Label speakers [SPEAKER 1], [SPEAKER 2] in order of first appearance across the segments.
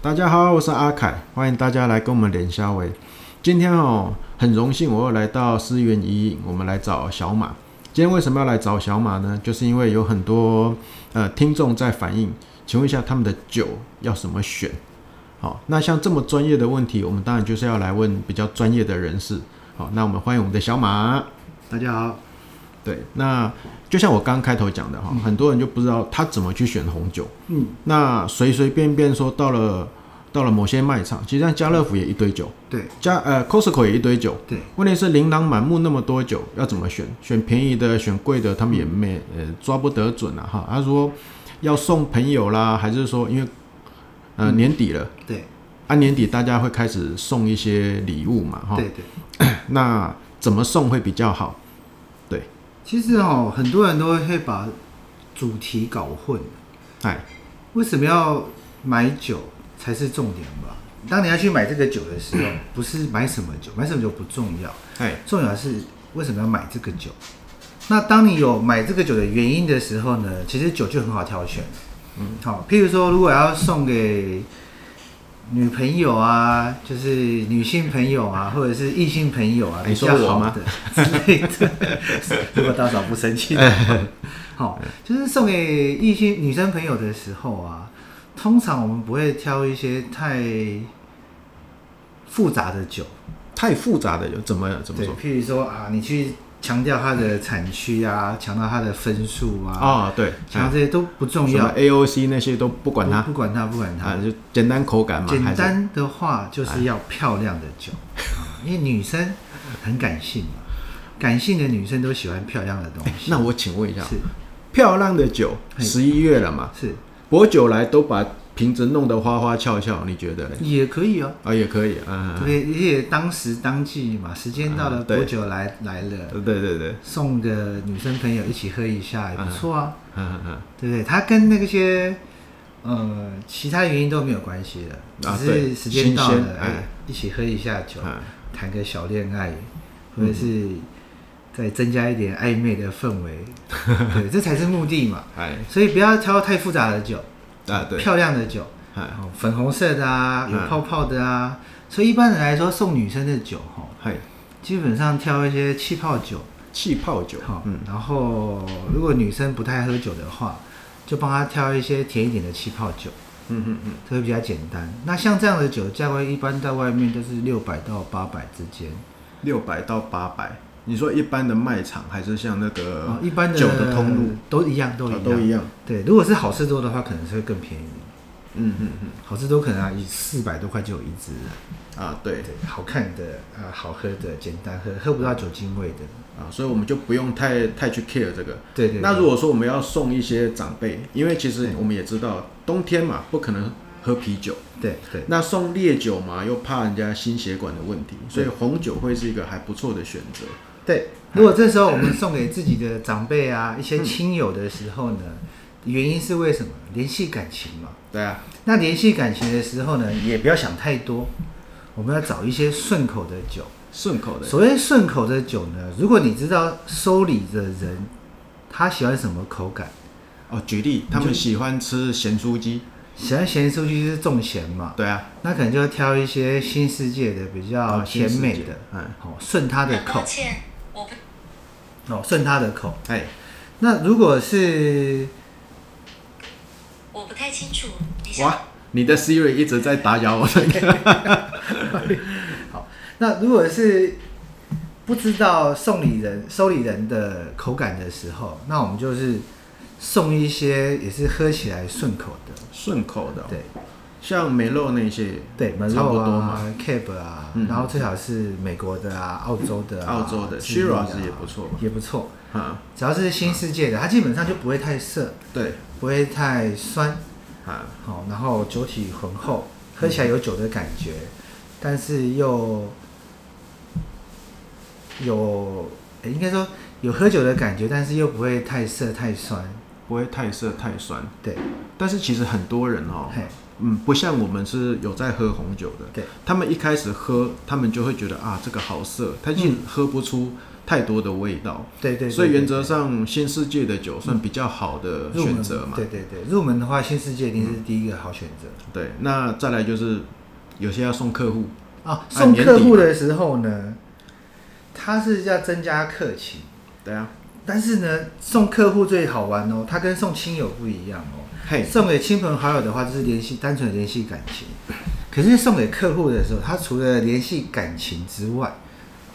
[SPEAKER 1] 大家好，我是阿凯，欢迎大家来跟我们连下围。今天哦，很荣幸我又来到思源一营，我们来找小马。今天为什么要来找小马呢？就是因为有很多呃听众在反映，请问一下他们的酒要怎么选？好，那像这么专业的问题，我们当然就是要来问比较专业的人士。好，那我们欢迎我们的小马。
[SPEAKER 2] 大家好，
[SPEAKER 1] 对，那就像我刚开头讲的哈，很多人就不知道他怎么去选红酒。
[SPEAKER 2] 嗯，
[SPEAKER 1] 那随随便便说到了到了某些卖场，其实像家乐福也一堆酒，
[SPEAKER 2] 对
[SPEAKER 1] 家呃 Costco 也一堆酒。
[SPEAKER 2] 对，
[SPEAKER 1] 问题是琳琅满目那么多酒，要怎么选？选便宜的，选贵的，他们也没呃抓不得准啊哈。他说要送朋友啦，还是说因为呃
[SPEAKER 2] 嗯
[SPEAKER 1] 年底了，
[SPEAKER 2] 对
[SPEAKER 1] 啊年底大家会开始送一些礼物嘛哈。
[SPEAKER 2] 对对，
[SPEAKER 1] 那怎么送会比较好？
[SPEAKER 2] 其实哦，很多人都会把主题搞混，
[SPEAKER 1] 哎，
[SPEAKER 2] 为什么要买酒才是重点吧？当你要去买这个酒的时候，不是买什么酒，买什么酒不重要，
[SPEAKER 1] 哎，
[SPEAKER 2] 重要的是为什么要买这个酒。那当你有买这个酒的原因的时候呢，其实酒就很好挑选。嗯，好，譬如说，如果要送给女朋友啊，就是女性朋友啊， 或者是异性朋友啊，
[SPEAKER 1] 哎你
[SPEAKER 2] 比
[SPEAKER 1] 说
[SPEAKER 2] 较
[SPEAKER 1] 我
[SPEAKER 2] 好
[SPEAKER 1] 吗
[SPEAKER 2] 的之类的。如果大嫂不生气的 话，好，就是送给异性女生朋友的时候啊，通常我们不会挑一些太复杂的酒。
[SPEAKER 1] 太复杂的有怎么怎么
[SPEAKER 2] 对，
[SPEAKER 1] 说？
[SPEAKER 2] 譬如说啊，你去强调它的产区啊，强调它的分数啊，
[SPEAKER 1] 啊、对，
[SPEAKER 2] 强调
[SPEAKER 1] 哎
[SPEAKER 2] 这些都不重
[SPEAKER 1] 什么
[SPEAKER 2] 要，
[SPEAKER 1] AOC 那些都不管它
[SPEAKER 2] 不不管它，不管
[SPEAKER 1] 啊
[SPEAKER 2] 它。，
[SPEAKER 1] 就简单口感嘛，
[SPEAKER 2] 简
[SPEAKER 1] 还是
[SPEAKER 2] 单的话就是要漂亮的酒，啊因为女生很感性嘛，感性的女生都喜欢漂亮的东西。
[SPEAKER 1] 那我请问一下，
[SPEAKER 2] 是
[SPEAKER 1] 漂亮的酒，
[SPEAKER 2] 嘿
[SPEAKER 1] 十一月了嘛，
[SPEAKER 2] 是
[SPEAKER 1] 薄酒来都把瓶子弄得花花俏俏，你觉得嘞？
[SPEAKER 2] 也可以哦，
[SPEAKER 1] 啊，也可以，嗯，
[SPEAKER 2] 对，而且当时当季嘛，时间到
[SPEAKER 1] 啊
[SPEAKER 2] 了，
[SPEAKER 1] 对
[SPEAKER 2] 多久来来了，
[SPEAKER 1] 对对对，
[SPEAKER 2] 送个女生朋友一起喝一下也不错啊。
[SPEAKER 1] 嗯嗯
[SPEAKER 2] 对不对？它跟那些呃其他原因都没有关系
[SPEAKER 1] 啊
[SPEAKER 2] 的，只
[SPEAKER 1] 对
[SPEAKER 2] 是时间到
[SPEAKER 1] 新鲜
[SPEAKER 2] 了，
[SPEAKER 1] 哎
[SPEAKER 2] 哎，一起喝一下酒
[SPEAKER 1] 嗯，，啊嗯
[SPEAKER 2] 谈个小恋爱，或者是再增加一点暧昧的氛 围，对，这才是目的嘛。
[SPEAKER 1] 哎
[SPEAKER 2] 所以不要挑太复杂的酒，
[SPEAKER 1] 啊对，
[SPEAKER 2] 漂亮的酒，
[SPEAKER 1] 哎
[SPEAKER 2] 哦粉红色的啊，有
[SPEAKER 1] 嗯
[SPEAKER 2] 泡泡的啊。所以一般人来说，送女生的酒哈，
[SPEAKER 1] 嗨，
[SPEAKER 2] 基本上挑一些气泡酒，
[SPEAKER 1] 气泡酒
[SPEAKER 2] 好，，
[SPEAKER 1] 嗯，
[SPEAKER 2] 然后如果女生不太喝酒的话，就帮她挑一些甜一点的气泡酒，
[SPEAKER 1] 嗯嗯嗯，
[SPEAKER 2] 这会比较简单。那像这样的酒，价位一般在外面都是六百到八百之间，
[SPEAKER 1] 六百到八百，你说一般的卖场还是像那
[SPEAKER 2] 哦
[SPEAKER 1] 个，
[SPEAKER 2] 一般的
[SPEAKER 1] 呃酒的通路
[SPEAKER 2] 都一样，都一
[SPEAKER 1] 啊
[SPEAKER 2] 样，
[SPEAKER 1] 都一样，
[SPEAKER 2] 对，如果是好事多的话，可能是会更便宜。
[SPEAKER 1] 嗯嗯嗯，
[SPEAKER 2] 好事多可能啊，以四百多块就有一支了，
[SPEAKER 1] 啊对
[SPEAKER 2] 对，好看的啊，好喝的，简单喝，喝不到酒精味的。
[SPEAKER 1] 啊，所以我们就不用太太去 care 这个，
[SPEAKER 2] 对对对
[SPEAKER 1] 那如果说我们要送一些长辈，因为其实我们也知道冬天嘛，不可能喝啤酒，
[SPEAKER 2] 对对
[SPEAKER 1] 那送烈酒嘛，又怕人家心血管的问题，所以红酒会是一个还不错的选择。
[SPEAKER 2] 对，如果这时候我们送给自己的长辈啊、一些亲友的时候呢，原因是为什么？联系感情嘛。
[SPEAKER 1] 对啊，
[SPEAKER 2] 那联系感情的时候呢，也不要想太多，我们要找一些顺口的酒。
[SPEAKER 1] 顺口的
[SPEAKER 2] 所谓顺口的酒呢，如果你知道收礼的人他喜欢什么口感，
[SPEAKER 1] 哦。举例，他们喜欢吃咸酥鸡，
[SPEAKER 2] 喜欢咸酥鸡就是重咸嘛，
[SPEAKER 1] 对啊，
[SPEAKER 2] 那可能就要挑一些新世界的比较
[SPEAKER 1] 啊
[SPEAKER 2] 甜美
[SPEAKER 1] 新世界
[SPEAKER 2] 的，
[SPEAKER 1] 嗯
[SPEAKER 2] 好顺他的
[SPEAKER 3] 很
[SPEAKER 2] 口
[SPEAKER 3] 抱，歉，我不
[SPEAKER 2] 哦顺他的口。
[SPEAKER 1] 哎，
[SPEAKER 2] 那如果是
[SPEAKER 3] 我不太清楚，你想
[SPEAKER 1] 哇，你的 Siri 一直在打扰我的
[SPEAKER 2] 好，那如果是不知道送礼人、收礼人的口感的时候，那我们就是送一些也是喝起来顺口的，
[SPEAKER 1] 顺口的哦、
[SPEAKER 2] 对
[SPEAKER 1] 像梅肉那些，
[SPEAKER 2] 对，门
[SPEAKER 1] 差不
[SPEAKER 2] 肉
[SPEAKER 1] 多
[SPEAKER 2] 啊
[SPEAKER 1] 嘛。、
[SPEAKER 2] cab 啊，
[SPEAKER 1] 嗯
[SPEAKER 2] 然后最好是美国的啊、澳洲的啊、
[SPEAKER 1] 澳洲的
[SPEAKER 2] 智利啊
[SPEAKER 1] Shiraz 也不错吧
[SPEAKER 2] 也不错。
[SPEAKER 1] 啊，
[SPEAKER 2] 只要是新世界的，它基本上就不会太涩，
[SPEAKER 1] 对
[SPEAKER 2] 不会太酸，
[SPEAKER 1] 啊，
[SPEAKER 2] 好，然后酒体浑厚，喝起来有酒的感觉，但是又有，诶应该说有喝酒的感觉，但是又不会太涩太酸。
[SPEAKER 1] 不会太涩太酸。
[SPEAKER 2] 对，
[SPEAKER 1] 但是其实很多人哦，
[SPEAKER 2] 嘿，
[SPEAKER 1] 嗯，不像我们是有在喝红酒的，
[SPEAKER 2] 对，
[SPEAKER 1] 他们一开始喝，他们就会觉得啊，这个好涩，他已经喝不出太多的味道，
[SPEAKER 2] 对对，
[SPEAKER 1] 所以原
[SPEAKER 2] 则
[SPEAKER 1] 则上新世界的酒算比较好的
[SPEAKER 2] 入
[SPEAKER 1] 选
[SPEAKER 2] 门
[SPEAKER 1] 择嘛。
[SPEAKER 2] 对对对，入门的话，新世界一定是第一个好选择
[SPEAKER 1] 对，那再来就是有些要送客户，
[SPEAKER 2] 啊。
[SPEAKER 1] 啊
[SPEAKER 2] 送
[SPEAKER 1] 年底
[SPEAKER 2] 客户的时候呢，它是要增加客情，
[SPEAKER 1] 对啊，
[SPEAKER 2] 但是呢，送客户最好玩哦，它跟送亲友不一样哦。
[SPEAKER 1] 嘿，
[SPEAKER 2] 送给亲朋好友的话，就是联系单纯的联系感情；可是送给客户的时候，它除了联系感情之外，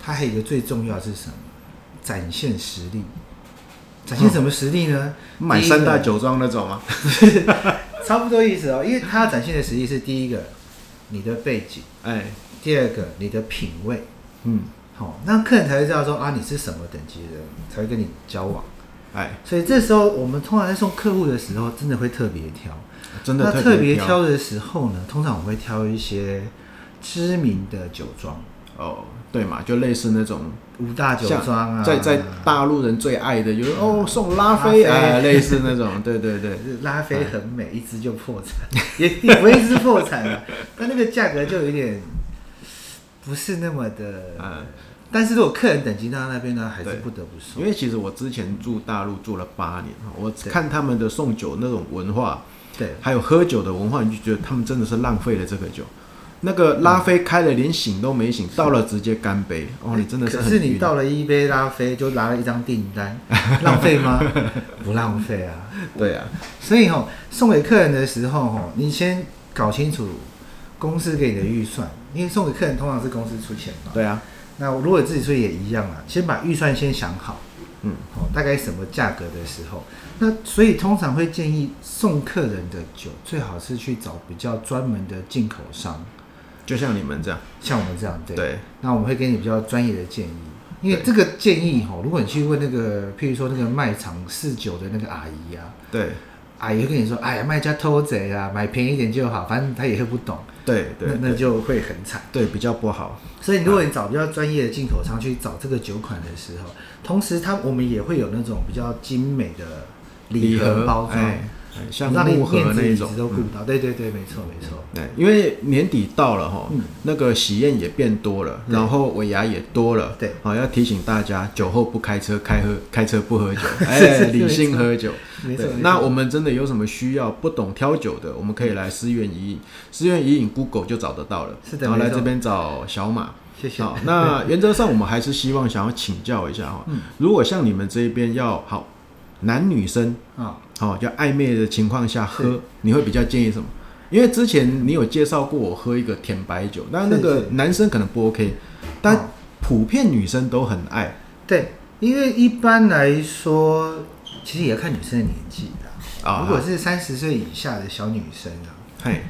[SPEAKER 2] 它还有一个最重要的是什么？展现实力。展现什么实力呢？
[SPEAKER 1] 买
[SPEAKER 2] 第一个
[SPEAKER 1] 三大酒庄那种吗？啊
[SPEAKER 2] 差不多意思哦，因为它要展现的实力是第一个你的背景，
[SPEAKER 1] 哎，
[SPEAKER 2] 第二个你的品味，
[SPEAKER 1] 嗯，
[SPEAKER 2] 好、那客人才会知道说啊你是什么等级的人，才会跟你交往。
[SPEAKER 1] 哎，
[SPEAKER 2] 所以这时候我们通常在送客户的时候，真的会特别挑。
[SPEAKER 1] 真的
[SPEAKER 2] 那特
[SPEAKER 1] 别
[SPEAKER 2] 别挑的时候呢，通常我们会挑一些知名的酒庄，
[SPEAKER 1] 哦，对嘛，就类似那种
[SPEAKER 2] 五大酒庄啊，
[SPEAKER 1] 在在大陆人最爱的，就是哦送拉菲
[SPEAKER 2] 拉菲
[SPEAKER 1] 啊，类似那种， 对对对，
[SPEAKER 2] 拉
[SPEAKER 1] 哎
[SPEAKER 2] 菲很美，一支就破产， 也也不会一支破产了，但那个价格就有点不是那么的。
[SPEAKER 1] 嗯
[SPEAKER 2] 但是如果客人等级到那边呢，还是
[SPEAKER 1] 对
[SPEAKER 2] 不得不送
[SPEAKER 1] 因。为其实我之前住大陆住了八年，我
[SPEAKER 2] 对
[SPEAKER 1] 看他们的送酒那种文化，
[SPEAKER 2] 对，
[SPEAKER 1] 还有喝酒的文化，你就觉得他们真的是浪费了这个酒。那个拉菲开了连醒都没醒，到了直接干杯，哦，你真的是
[SPEAKER 2] 可
[SPEAKER 1] 很
[SPEAKER 2] 是你
[SPEAKER 1] 晕
[SPEAKER 2] 到了一杯拉菲就拿了一张订单， 浪 费吗？不浪费啊。
[SPEAKER 1] 对啊，
[SPEAKER 2] 所以吼、送给客人的时候吼、你先搞清楚公司给你的预算，因为送给客人通常是公司出钱嘛。
[SPEAKER 1] 对啊，
[SPEAKER 2] 那我如果自己出也一样啊，先把预算先想好，
[SPEAKER 1] 嗯，
[SPEAKER 2] 哦，大概什么价格的时候，那所以通常会建议送客人的酒最好是去找比较专门的进口商，
[SPEAKER 1] 就像你们这样，
[SPEAKER 2] 像我们这样对。
[SPEAKER 1] 对，
[SPEAKER 2] 那我们会给你比较专业的建议，因为
[SPEAKER 1] 对
[SPEAKER 2] 这个建议吼、如果你去问那个，譬如说那个卖场试酒的那个阿姨啊，
[SPEAKER 1] 对，
[SPEAKER 2] 阿姨会跟你说，哎呀，卖家偷贼啊，买便宜一点就好，反正他也会不懂，
[SPEAKER 1] 对，
[SPEAKER 2] 那
[SPEAKER 1] 对，
[SPEAKER 2] 那就会很惨。
[SPEAKER 1] 对，比较不好，
[SPEAKER 2] 所以，如果你找比较专业的进口商去找这个酒款的时候，同时它我们也会有那种比较精美的礼盒包装，
[SPEAKER 1] 哎，哎像
[SPEAKER 2] 让你
[SPEAKER 1] 木盒
[SPEAKER 2] 面
[SPEAKER 1] 那
[SPEAKER 2] 子
[SPEAKER 1] 一
[SPEAKER 2] 里
[SPEAKER 1] 种嗯
[SPEAKER 2] 子，都顾不到。对对对，没错没错。
[SPEAKER 1] 对，因为年底到了哈
[SPEAKER 2] 嗯，
[SPEAKER 1] 那个喜宴也变多了，
[SPEAKER 2] 对
[SPEAKER 1] 然后尾牙也多了，
[SPEAKER 2] 对
[SPEAKER 1] 好要提醒大家，酒后不开车，开喝开车不 喝酒，哎，理性喝酒。
[SPEAKER 2] 没错
[SPEAKER 1] 对
[SPEAKER 2] 没错
[SPEAKER 1] 那我们真的有什么需要不懂挑酒的，我们可以来思源怡饮，思源怡饮 Google 就找得到了，
[SPEAKER 2] 是的
[SPEAKER 1] 然后来
[SPEAKER 2] 没错
[SPEAKER 1] 这边找小马。
[SPEAKER 2] 谢啊谢。
[SPEAKER 1] 好， 那原则上我们还是希望想要请教一下哈，
[SPEAKER 2] 嗯
[SPEAKER 1] 如果像你们这边要好男女生
[SPEAKER 2] 啊、
[SPEAKER 1] 好、哦，就暧昧的情况下
[SPEAKER 2] 是
[SPEAKER 1] 喝，你会比较建议什么？因为之前你有介绍过我喝一个甜白酒，那那
[SPEAKER 2] 是
[SPEAKER 1] 个
[SPEAKER 2] 是
[SPEAKER 1] 男生可能不 OK，
[SPEAKER 2] 哦
[SPEAKER 1] 但普遍女生都很爱。
[SPEAKER 2] 对，因为一般来说，其实也要看女生的年纪啦。
[SPEAKER 1] 啊
[SPEAKER 2] 如果是三十岁以下的小女生啊，
[SPEAKER 1] 嘿，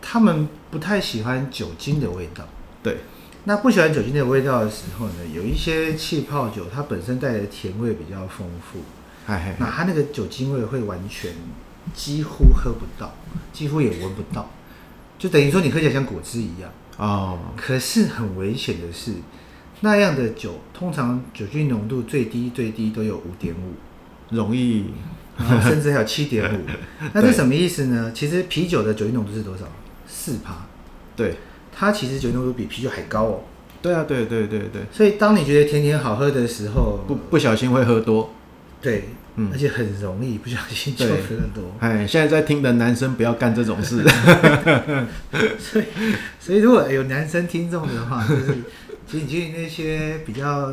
[SPEAKER 2] 她们不太喜欢酒精的味道。
[SPEAKER 1] 对，
[SPEAKER 2] 那不喜欢酒精的味道的时候呢，有一些气泡酒，它本身带的甜味比较丰富，
[SPEAKER 1] 嘿嘿嘿，
[SPEAKER 2] 那它那个酒精味会完全几乎喝不到，几乎也闻不到，就等于说你喝起来像果汁一样。
[SPEAKER 1] 哦，
[SPEAKER 2] 可是很危险的是，那样的酒通常酒精浓度最低最低都有五点五，
[SPEAKER 1] 容易
[SPEAKER 2] 然后甚至还有七点五。那这什么意思呢？其实啤酒的酒精浓度是多少？四趴，
[SPEAKER 1] 对，
[SPEAKER 2] 它其实酒精浓度比啤酒还高哦。
[SPEAKER 1] 对啊，对对对对，
[SPEAKER 2] 所以当你觉得甜甜好喝的时候，
[SPEAKER 1] 不不小心会喝多。
[SPEAKER 2] 对，
[SPEAKER 1] 嗯
[SPEAKER 2] 而且很容易不小心就
[SPEAKER 1] 对
[SPEAKER 2] 喝得 多。
[SPEAKER 1] 哎，现在在听的男生不要干这种 事。
[SPEAKER 2] 所以，所以如果有男生听众的话，就是其实你去那些比较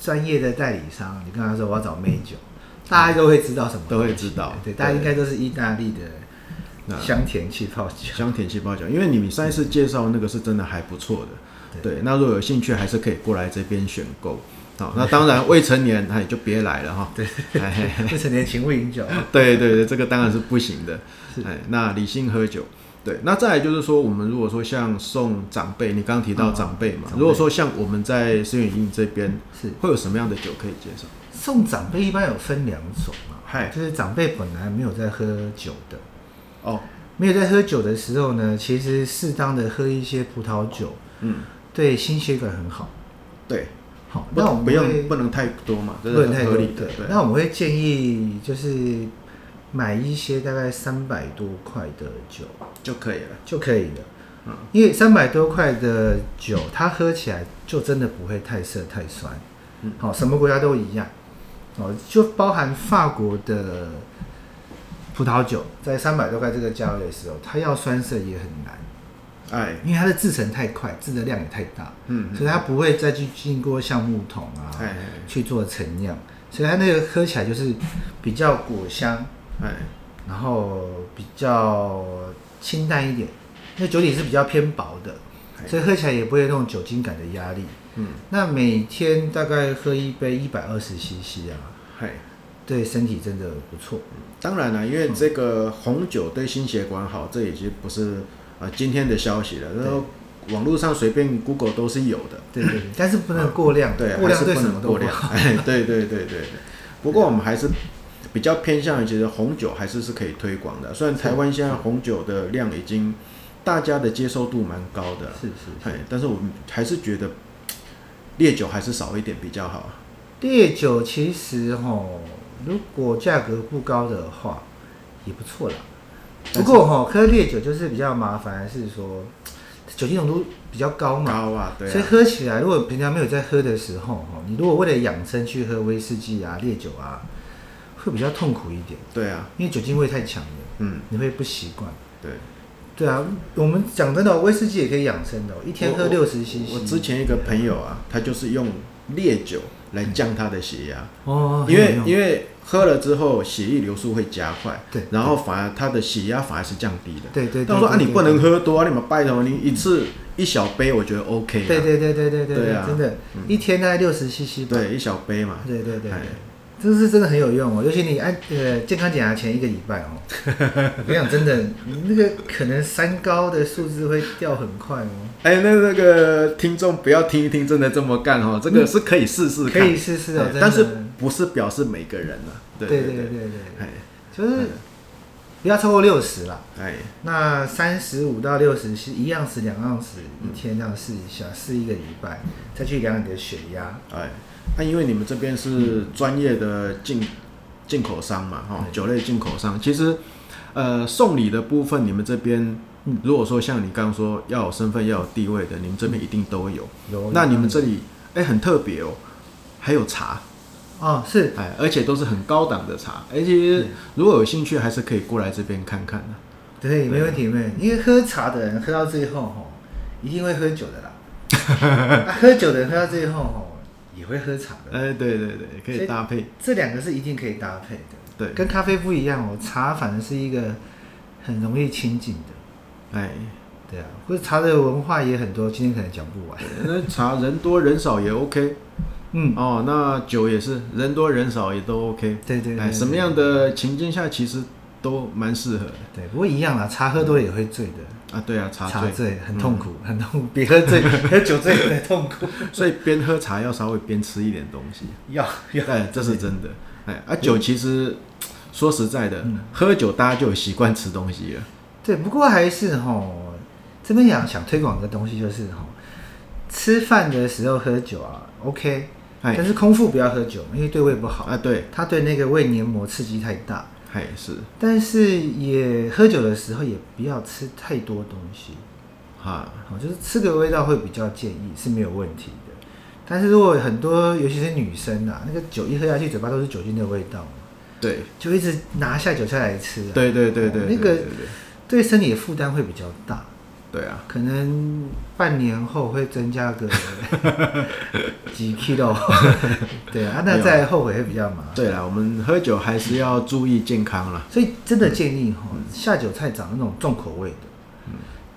[SPEAKER 2] 专业的代理商，你跟他说我要找美酒，大家都会知道什么，
[SPEAKER 1] 都会知道
[SPEAKER 2] 对，
[SPEAKER 1] 对
[SPEAKER 2] 大家应该都是意大利的
[SPEAKER 1] 那
[SPEAKER 2] 香甜气泡酒。
[SPEAKER 1] 香甜气泡酒，因为你们上一次介绍那个是真的还不错的，对。那如果有兴趣，还是可以过来这边选购。好，那当然未成年哎就别来了哈。对，
[SPEAKER 2] 未成年请勿 饮酒。
[SPEAKER 1] 对对对，这个当然是不行的
[SPEAKER 2] 是。
[SPEAKER 1] 哎，那理性喝酒。对，那再来就是说，我们如果说像送长辈，你刚刚提到
[SPEAKER 2] 嗯
[SPEAKER 1] 长辈嘛，
[SPEAKER 2] 长辈
[SPEAKER 1] 如果说像我们在思源营这边
[SPEAKER 2] 是
[SPEAKER 1] 会有什么样的酒可以介绍？
[SPEAKER 2] 送长辈一般有分两种嘛，
[SPEAKER 1] 嗨
[SPEAKER 2] 就是长辈本来没有在喝酒的，
[SPEAKER 1] 哦，
[SPEAKER 2] 没有在喝酒的时候呢，其实适当的喝一些葡萄酒，
[SPEAKER 1] 嗯，
[SPEAKER 2] 对心血管很好。
[SPEAKER 1] 对，
[SPEAKER 2] 好，
[SPEAKER 1] 不
[SPEAKER 2] 那我们
[SPEAKER 1] 不
[SPEAKER 2] 会
[SPEAKER 1] 用不能太多嘛，这是
[SPEAKER 2] 能太
[SPEAKER 1] 很合
[SPEAKER 2] 多
[SPEAKER 1] 理的。对，
[SPEAKER 2] 那我们会建议就是买一些大概三百多块的酒
[SPEAKER 1] 就可以了。
[SPEAKER 2] 就可以了。
[SPEAKER 1] 嗯
[SPEAKER 2] 因为三百多块的酒，它喝起来就真的不会太涩太酸，
[SPEAKER 1] 嗯
[SPEAKER 2] 好、什么国家都一样，哦，就包含法国的葡萄酒，在三百多块这个价位的时候，它要酸涩也很难，
[SPEAKER 1] 哎，
[SPEAKER 2] 因为它的制成太快，制的量也太大，
[SPEAKER 1] 嗯，
[SPEAKER 2] 所以它不会再去经过橡木桶啊
[SPEAKER 1] 哎
[SPEAKER 2] 去做陈酿，所以它那个喝起来就是比较果香，
[SPEAKER 1] 哎，
[SPEAKER 2] 然后比较清淡一点，那酒体是比较偏薄的，所以喝起来也不会有那种酒精感的压力。
[SPEAKER 1] 哎嗯，
[SPEAKER 2] 那每天大概喝一杯一百二十 CC 啊，
[SPEAKER 1] 哎。
[SPEAKER 2] 对身体真的不错。
[SPEAKER 1] 当然了，因为这个红酒对心血管好，这已经不是呃今天的消息了。然后网络上随便 Google 都是有的，
[SPEAKER 2] 对对对，但是不能过量，
[SPEAKER 1] 对，
[SPEAKER 2] 过
[SPEAKER 1] 还
[SPEAKER 2] 量
[SPEAKER 1] 是
[SPEAKER 2] 对
[SPEAKER 1] 不
[SPEAKER 2] 什么
[SPEAKER 1] 能
[SPEAKER 2] 都
[SPEAKER 1] 过
[SPEAKER 2] 不
[SPEAKER 1] 量
[SPEAKER 2] 好。。
[SPEAKER 1] 哎，对对对对对。不过我们还是比较偏向于，其实红酒还是是可以推广的。虽然台湾现在红酒的量已经大家的接受度蛮高的，
[SPEAKER 2] 是是
[SPEAKER 1] 哎
[SPEAKER 2] 是，，
[SPEAKER 1] 但是我们还是觉得烈酒还是少一点比较好。啊
[SPEAKER 2] 烈酒其实吼，如果价格不高的话，也不错啦。不
[SPEAKER 1] 但是
[SPEAKER 2] 过吼，喝烈酒就是比较麻烦，是说酒精浓度比较高嘛。
[SPEAKER 1] 高啊，对
[SPEAKER 2] 哦所以
[SPEAKER 1] 啊，
[SPEAKER 2] 喝起来，如果平常没有在喝的时候，哦，你如果为了养生去喝威士忌啊、烈酒啊，会比较痛苦一点，
[SPEAKER 1] 对啊，
[SPEAKER 2] 因为酒精味太强了，
[SPEAKER 1] 嗯，
[SPEAKER 2] 你会不习惯。
[SPEAKER 1] 对。
[SPEAKER 2] 对啊，我们讲真的哦，威士忌也可以养生的哦，一天喝
[SPEAKER 1] 我
[SPEAKER 2] 六十 CC。
[SPEAKER 1] 我之前一个朋友啊，他就是用烈酒来降他的血压，
[SPEAKER 2] 哦，
[SPEAKER 1] 因为
[SPEAKER 2] 为
[SPEAKER 1] 因为喝了之后血液流速会加快，
[SPEAKER 2] 对
[SPEAKER 1] 然后反而他的血压反而是降低的。
[SPEAKER 2] 对对对
[SPEAKER 1] 但我说啊，
[SPEAKER 2] 对
[SPEAKER 1] 你不能
[SPEAKER 2] 对
[SPEAKER 1] 喝多啊，你们拜托你一次一小杯，我觉得 OK 啊。
[SPEAKER 2] 对对对对对对
[SPEAKER 1] 对
[SPEAKER 2] 对
[SPEAKER 1] 啊，
[SPEAKER 2] 真的，一天大概六十 CC 吧。
[SPEAKER 1] 对一小杯嘛。
[SPEAKER 2] 对对对对
[SPEAKER 1] 哎，
[SPEAKER 2] 这是真的很有用哦，尤其你按呃健康检查前一个礼拜哦， 我跟你讲真的，你那个可能三高的数字会掉很快哦。
[SPEAKER 1] 哎，那那个听众不要听一听，真的这么干哦，这个是可以试试看，
[SPEAKER 2] 嗯可以试试哦
[SPEAKER 1] 哎
[SPEAKER 2] 真的
[SPEAKER 1] 但是不是表示每个人啊？对
[SPEAKER 2] 对
[SPEAKER 1] 对
[SPEAKER 2] 对对，
[SPEAKER 1] 哎
[SPEAKER 2] 就是不要超过六十啦。
[SPEAKER 1] 哎，
[SPEAKER 2] 那三十五到六十是一盎司、两盎司一天这样试一下，试一个礼拜，再去量你的血压。
[SPEAKER 1] 哎，那、因为你们这边是专业的进进口商嘛，哈、酒类进口商，其实呃送礼的部分，你们这边
[SPEAKER 2] 嗯
[SPEAKER 1] 如果说像你刚刚说要有身份要有地位的，你们这边一定都有。
[SPEAKER 2] 有
[SPEAKER 1] 那你们这里哎很特别哦，还有茶，
[SPEAKER 2] 哦是
[SPEAKER 1] 哎，而且都是很高档的茶，而且如果有兴趣，还是可以过来这边看看的、
[SPEAKER 2] 对，没问题，没问题。因为喝茶的人喝到最后吼，一定会喝酒的啦。 啊喝酒的人喝到最后吼，也会喝茶的。
[SPEAKER 1] 哎，对对对，可以搭配，
[SPEAKER 2] 这两个是一定可以搭配的，
[SPEAKER 1] 对，
[SPEAKER 2] 跟咖啡不一样哦。茶反而是一个很容易亲近的，
[SPEAKER 1] 哎，
[SPEAKER 2] 对啊。或者茶的文化也很多，今天可能讲不完。
[SPEAKER 1] 那茶人多人少也 OK。
[SPEAKER 2] 嗯，
[SPEAKER 1] 哦，那酒也是人多人少也都 OK。
[SPEAKER 2] 对对对
[SPEAKER 1] 哎，
[SPEAKER 2] 对
[SPEAKER 1] 什么样的情境下其实都蛮适合的
[SPEAKER 2] 对，不过一样啦，茶喝多了也会醉的，
[SPEAKER 1] 啊。对啊，茶
[SPEAKER 2] 嗯茶
[SPEAKER 1] 醉，
[SPEAKER 2] 醉嗯很痛苦，很痛苦，比喝醉 喝酒醉还痛苦。
[SPEAKER 1] 所以边喝茶要稍微边吃一点东 西。
[SPEAKER 2] 要要，
[SPEAKER 1] 哎，这是真的。哎，啊，酒其实说实在的，
[SPEAKER 2] 嗯
[SPEAKER 1] 喝酒大家就有习惯吃东西了。
[SPEAKER 2] 对，不过还是吼，这边想想推广个东西就是吼，吃饭的时候喝酒啊，OK，
[SPEAKER 1] 哎
[SPEAKER 2] 但是空腹不要喝酒，因为对胃不好，
[SPEAKER 1] 啊，对，
[SPEAKER 2] 它对那个胃黏膜刺激太大。
[SPEAKER 1] 哎是
[SPEAKER 2] 但是也喝酒的时候也不要吃太多东西，
[SPEAKER 1] 哈，
[SPEAKER 2] 好，就是吃个味道会比较建议是没有问题的。但是如果很多，尤其是女生啊，那个酒一喝下去，嘴巴都是酒精的味道，
[SPEAKER 1] 对，
[SPEAKER 2] 就一直拿下酒菜来吃、啊，，
[SPEAKER 1] 对对对对，
[SPEAKER 2] 那
[SPEAKER 1] 对
[SPEAKER 2] 个
[SPEAKER 1] 对对
[SPEAKER 2] 对身体的负担会比较大，
[SPEAKER 1] 对啊，
[SPEAKER 2] 可能半年后会增加 个几 kilo，对啊，那再后悔会比较麻烦。
[SPEAKER 1] 对啦，我们喝酒还是要注意健康啦。
[SPEAKER 2] 所以真的建议哈、下酒菜找那种重口味的，
[SPEAKER 1] 嗯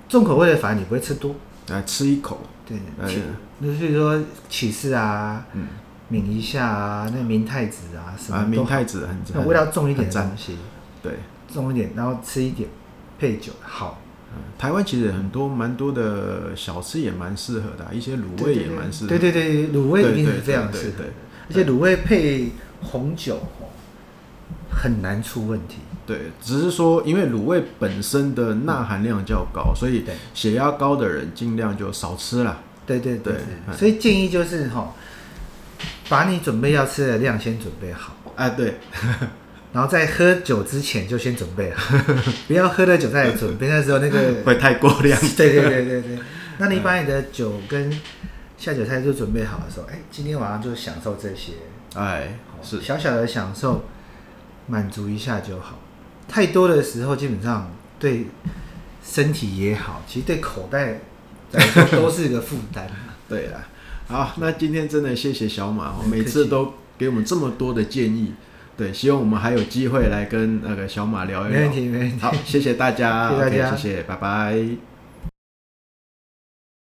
[SPEAKER 2] 重口味的反而你不会吃多，
[SPEAKER 1] 来吃一口，
[SPEAKER 2] 对，
[SPEAKER 1] 哎
[SPEAKER 2] 起就是说起司啊，
[SPEAKER 1] 嗯
[SPEAKER 2] 抿一下啊，那明太子啊什
[SPEAKER 1] 啊，
[SPEAKER 2] 么
[SPEAKER 1] 明
[SPEAKER 2] 都好，
[SPEAKER 1] 太子很
[SPEAKER 2] 那
[SPEAKER 1] 很
[SPEAKER 2] 味道重一点
[SPEAKER 1] 很
[SPEAKER 2] 的
[SPEAKER 1] 赞
[SPEAKER 2] 东西，
[SPEAKER 1] 对。
[SPEAKER 2] 重一点，然后吃一点配酒，好，
[SPEAKER 1] 台湾其实很多蛮多的小吃也蛮适合的啊、一些卤味
[SPEAKER 2] 对
[SPEAKER 1] 也蛮适合
[SPEAKER 2] 对
[SPEAKER 1] 的。
[SPEAKER 2] 对对，卤味一定是
[SPEAKER 1] 对对
[SPEAKER 2] 非常
[SPEAKER 1] 对
[SPEAKER 2] 适合
[SPEAKER 1] 对
[SPEAKER 2] 的
[SPEAKER 1] 对，
[SPEAKER 2] 而且卤味配红酒哦，很难出问题。
[SPEAKER 1] 对只是说因为卤味本身的钠含量较高，所以
[SPEAKER 2] 嗯对
[SPEAKER 1] 血压高的人尽量就少吃啦。
[SPEAKER 2] 对对
[SPEAKER 1] 对
[SPEAKER 2] 对
[SPEAKER 1] 嗯
[SPEAKER 2] 对，所以建议就是哈，把你准备要吃的量先准备好，
[SPEAKER 1] 啊，对，
[SPEAKER 2] 然后在喝酒之前就先准备好， 不要喝了酒再来 准备，那时候那个
[SPEAKER 1] 哎 会太过量。 嗯
[SPEAKER 2] 对对对对对，那你把你的酒跟下酒菜都准备好的时候，哎，今天晚上就享受这些，
[SPEAKER 1] 哎，是
[SPEAKER 2] 小小的享受，满足一下就好。太多的时候，基本上对身体也好，其实对口袋来说都是一个负担。
[SPEAKER 1] 对啦。好，那今天真的谢谢小马哦，每次都给我们这么多的建议。对，希望我们还有机会来跟那个小马聊一
[SPEAKER 2] 没问
[SPEAKER 1] 聊。
[SPEAKER 2] 题，没问题。
[SPEAKER 1] 好，谢谢大家
[SPEAKER 2] 谢谢大
[SPEAKER 1] OK，
[SPEAKER 2] 家
[SPEAKER 1] 谢谢，拜拜。